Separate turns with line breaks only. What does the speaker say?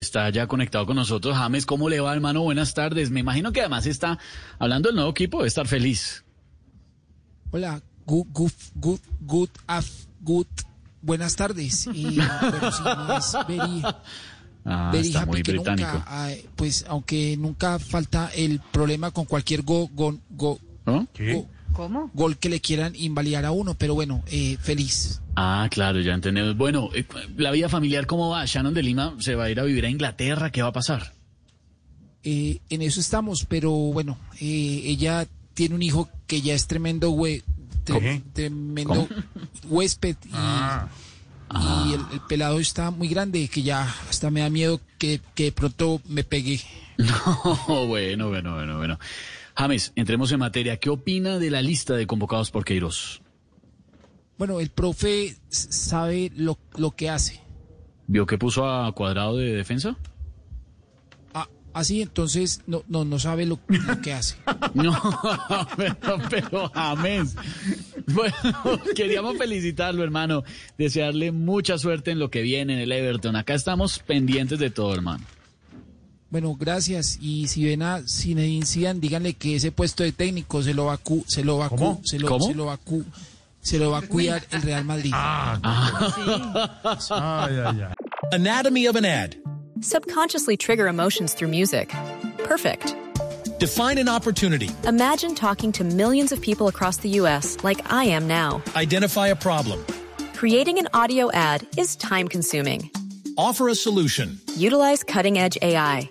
Está ya conectado con nosotros. James, ¿cómo le va, hermano? Buenas tardes. Me imagino que además está hablando del nuevo equipo, de estar feliz.
Hola, good, good, good, good, af- good. buenas tardes. Y pero sí, más very,
Ah,
very
está
happy
muy
que
británico.
nunca. Ay, pues aunque nunca falta el problema con cualquier go, go, go,
¿No?
go-
¿Cómo?
gol que le quieran invalidar a uno, pero bueno, eh, feliz.
Ah, claro, ya entendemos. Bueno, eh, la vida familiar, ¿cómo va? Shannon de Lima se va a ir a vivir a Inglaterra. ¿Qué va a pasar?
Eh, en eso estamos, pero bueno, eh, ella tiene un hijo que ya es tremendo hue- tre- tremendo huésped y, y el, el pelado está muy grande que ya hasta me da miedo que, que de pronto me pegue.
No, Oh, bueno, bueno, bueno, bueno. James, entremos en materia. ¿Qué opina de la lista de convocados por Queiroz?
Bueno, el profe s- sabe lo, lo que hace.
¿Vio que puso a cuadrado de defensa?
Ah, así entonces no, no, no sabe lo, lo que hace.
No, pero, pero James. Bueno, queríamos felicitarlo, hermano. Desearle mucha suerte en lo que viene en el Everton. Acá estamos pendientes de todo, hermano.
Bueno, gracias. Y si ven a Zinedine Zidane, díganle que ese puesto de técnico se lo va a cu- se lo va a cu- se lo,
¿Cómo?
se lo va a cu- se lo va a cuidar el Real Madrid.
Anatomy of an ad.
Subconsciously trigger emotions through music. Perfect.
Define an opportunity.
Imagine talking to millions of people across the U.S. like I am now.
Identify a problem.
Creating an audio ad is time consuming.
Offer a solution.
Utilize cutting edge AI.